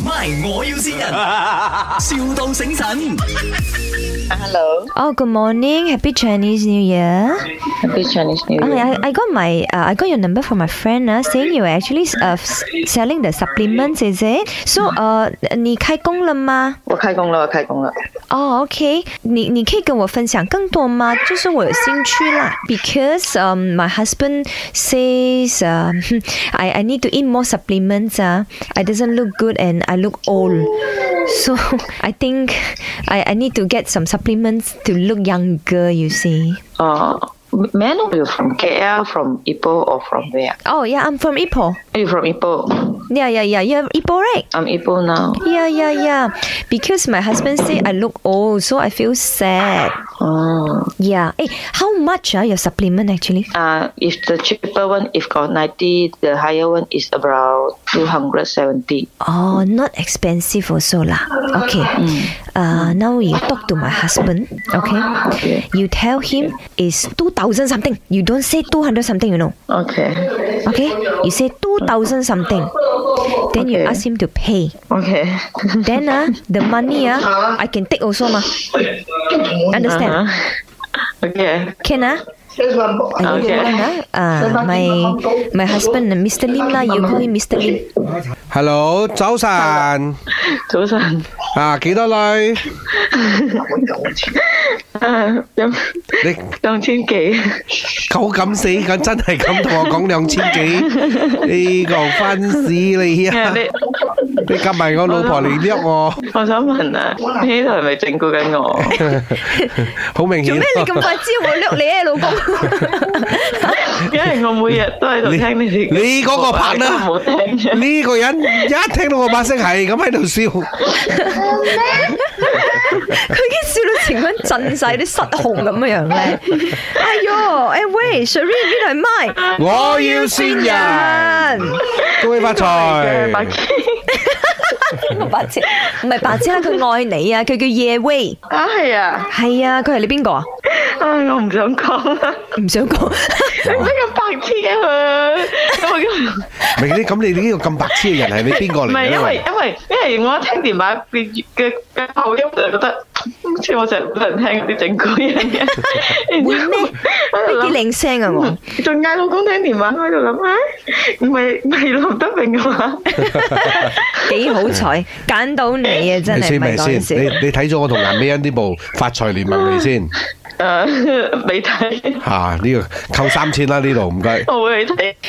MY，我要先人，,笑到醒神。 Hello, Oh, good morning. Happy Chinese New Year. happy Chinese New Oh, Year. I, I got my uh, I got your number from my friend uh, saying you are actually uh, s- selling the supplements, is it? So, uh, 你开工了吗？我开工了，我开工了。哦、o k 你你可以跟我分享更多吗？就是我有兴趣啦，because um my husband says um I I need to eat more supplements 啊、I doesn't look good and I look old. So I think I I need to get some supplements to look younger. You see. 哦、uh, man, are you from KL, from Ipoh, or from where? Oh yeah, I'm from Ipoh. Are you from Ipoh? Yeah yeah yeah. You're Ipoh right? I'm Ipoh now. Yeah yeah yeah. Because my husband say I look old, so I feel sad. 哦、 Yeah. Hey, how much ah your supplement actually? uh, if the cheaper one, if got 90, the higher one is about 270. Oh, not expensive also lah. Okay. Uh, now you talk to my husband. Okay. Okay. You tell him is two thousand something. You don't say two hundred something. You know. Okay. Okay. You say two thousand something. Then you Okay. ask him to pay. Okay. Then ah, the money ah, I can take also mah. Understand? Uh-huh. Okay. Can ah? Are you Okay. the one ah? Ah, my my husband Mr Lim lah. You call him Mr Lim. Hello，早晨，早晨。啊，幾多女？啊，兩-你兩千幾。狗咁死緊，真係咁同我講兩千 幾，呢個番屎你啊！你-你夾埋我老婆嚟叻 我，à, 我想問啊，呢度係咪整蠱緊我？好明做顯咩。你咁快知我掠你啊，老 公？因為我每日都喺度你-聽你哋嘅你嗰個拍啦。節目啊，都冇聽嘅。 呢個人一聽到我把聲係咁喺度 笑，佢已經笑到成個人震晒，啲失控咁樣樣咧。哎呦，哎喂，Sherry 呢度係麥，我要先人，恭喜發財！邊個白痴？唔係白痴啦，佢愛你啊，佢叫夜威。白痴。啊，係啊。唉，我唔想講啦。係啊，佢係你邊個啊？唔想講。點解咁白痴嘅佢？因為-明你咁你呢個咁白痴嘅人係你邊個嚟唔嘅係，咧？因為-因為-因為我一聽電話嘅-嘅-嘅口音，我就覺得，好似我成日都係聽嗰啲整蠱人嘅。然之後會咩？我就諗，幾靚聲啊我。仲嗌老公聽電話，我喺度諗，唉，唔係-唔係林德榮嘅話。幾好彩，揀到你啊！真係唔咪先係咪講先，你笑。你睇咗我同顏美欣呢部《發財聯盟》未 先？Ờ, 誒，未睇，我會去睇。嚇呢個扣三千啦呢度，唔該。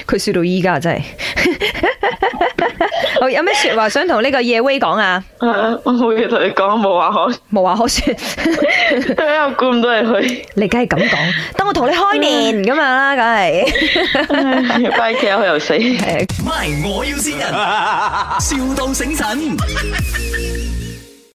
佢笑到依家真係。 好，有咩说話想同呢個夜威講啊？誒，我會同你講，冇話可-無話可说。因為我估唔到係佢。 你梗係咁講，等我同你開年咁樣啦，梗係。唉，啊翻屋企又死。 MY，我要先人，,笑到醒神。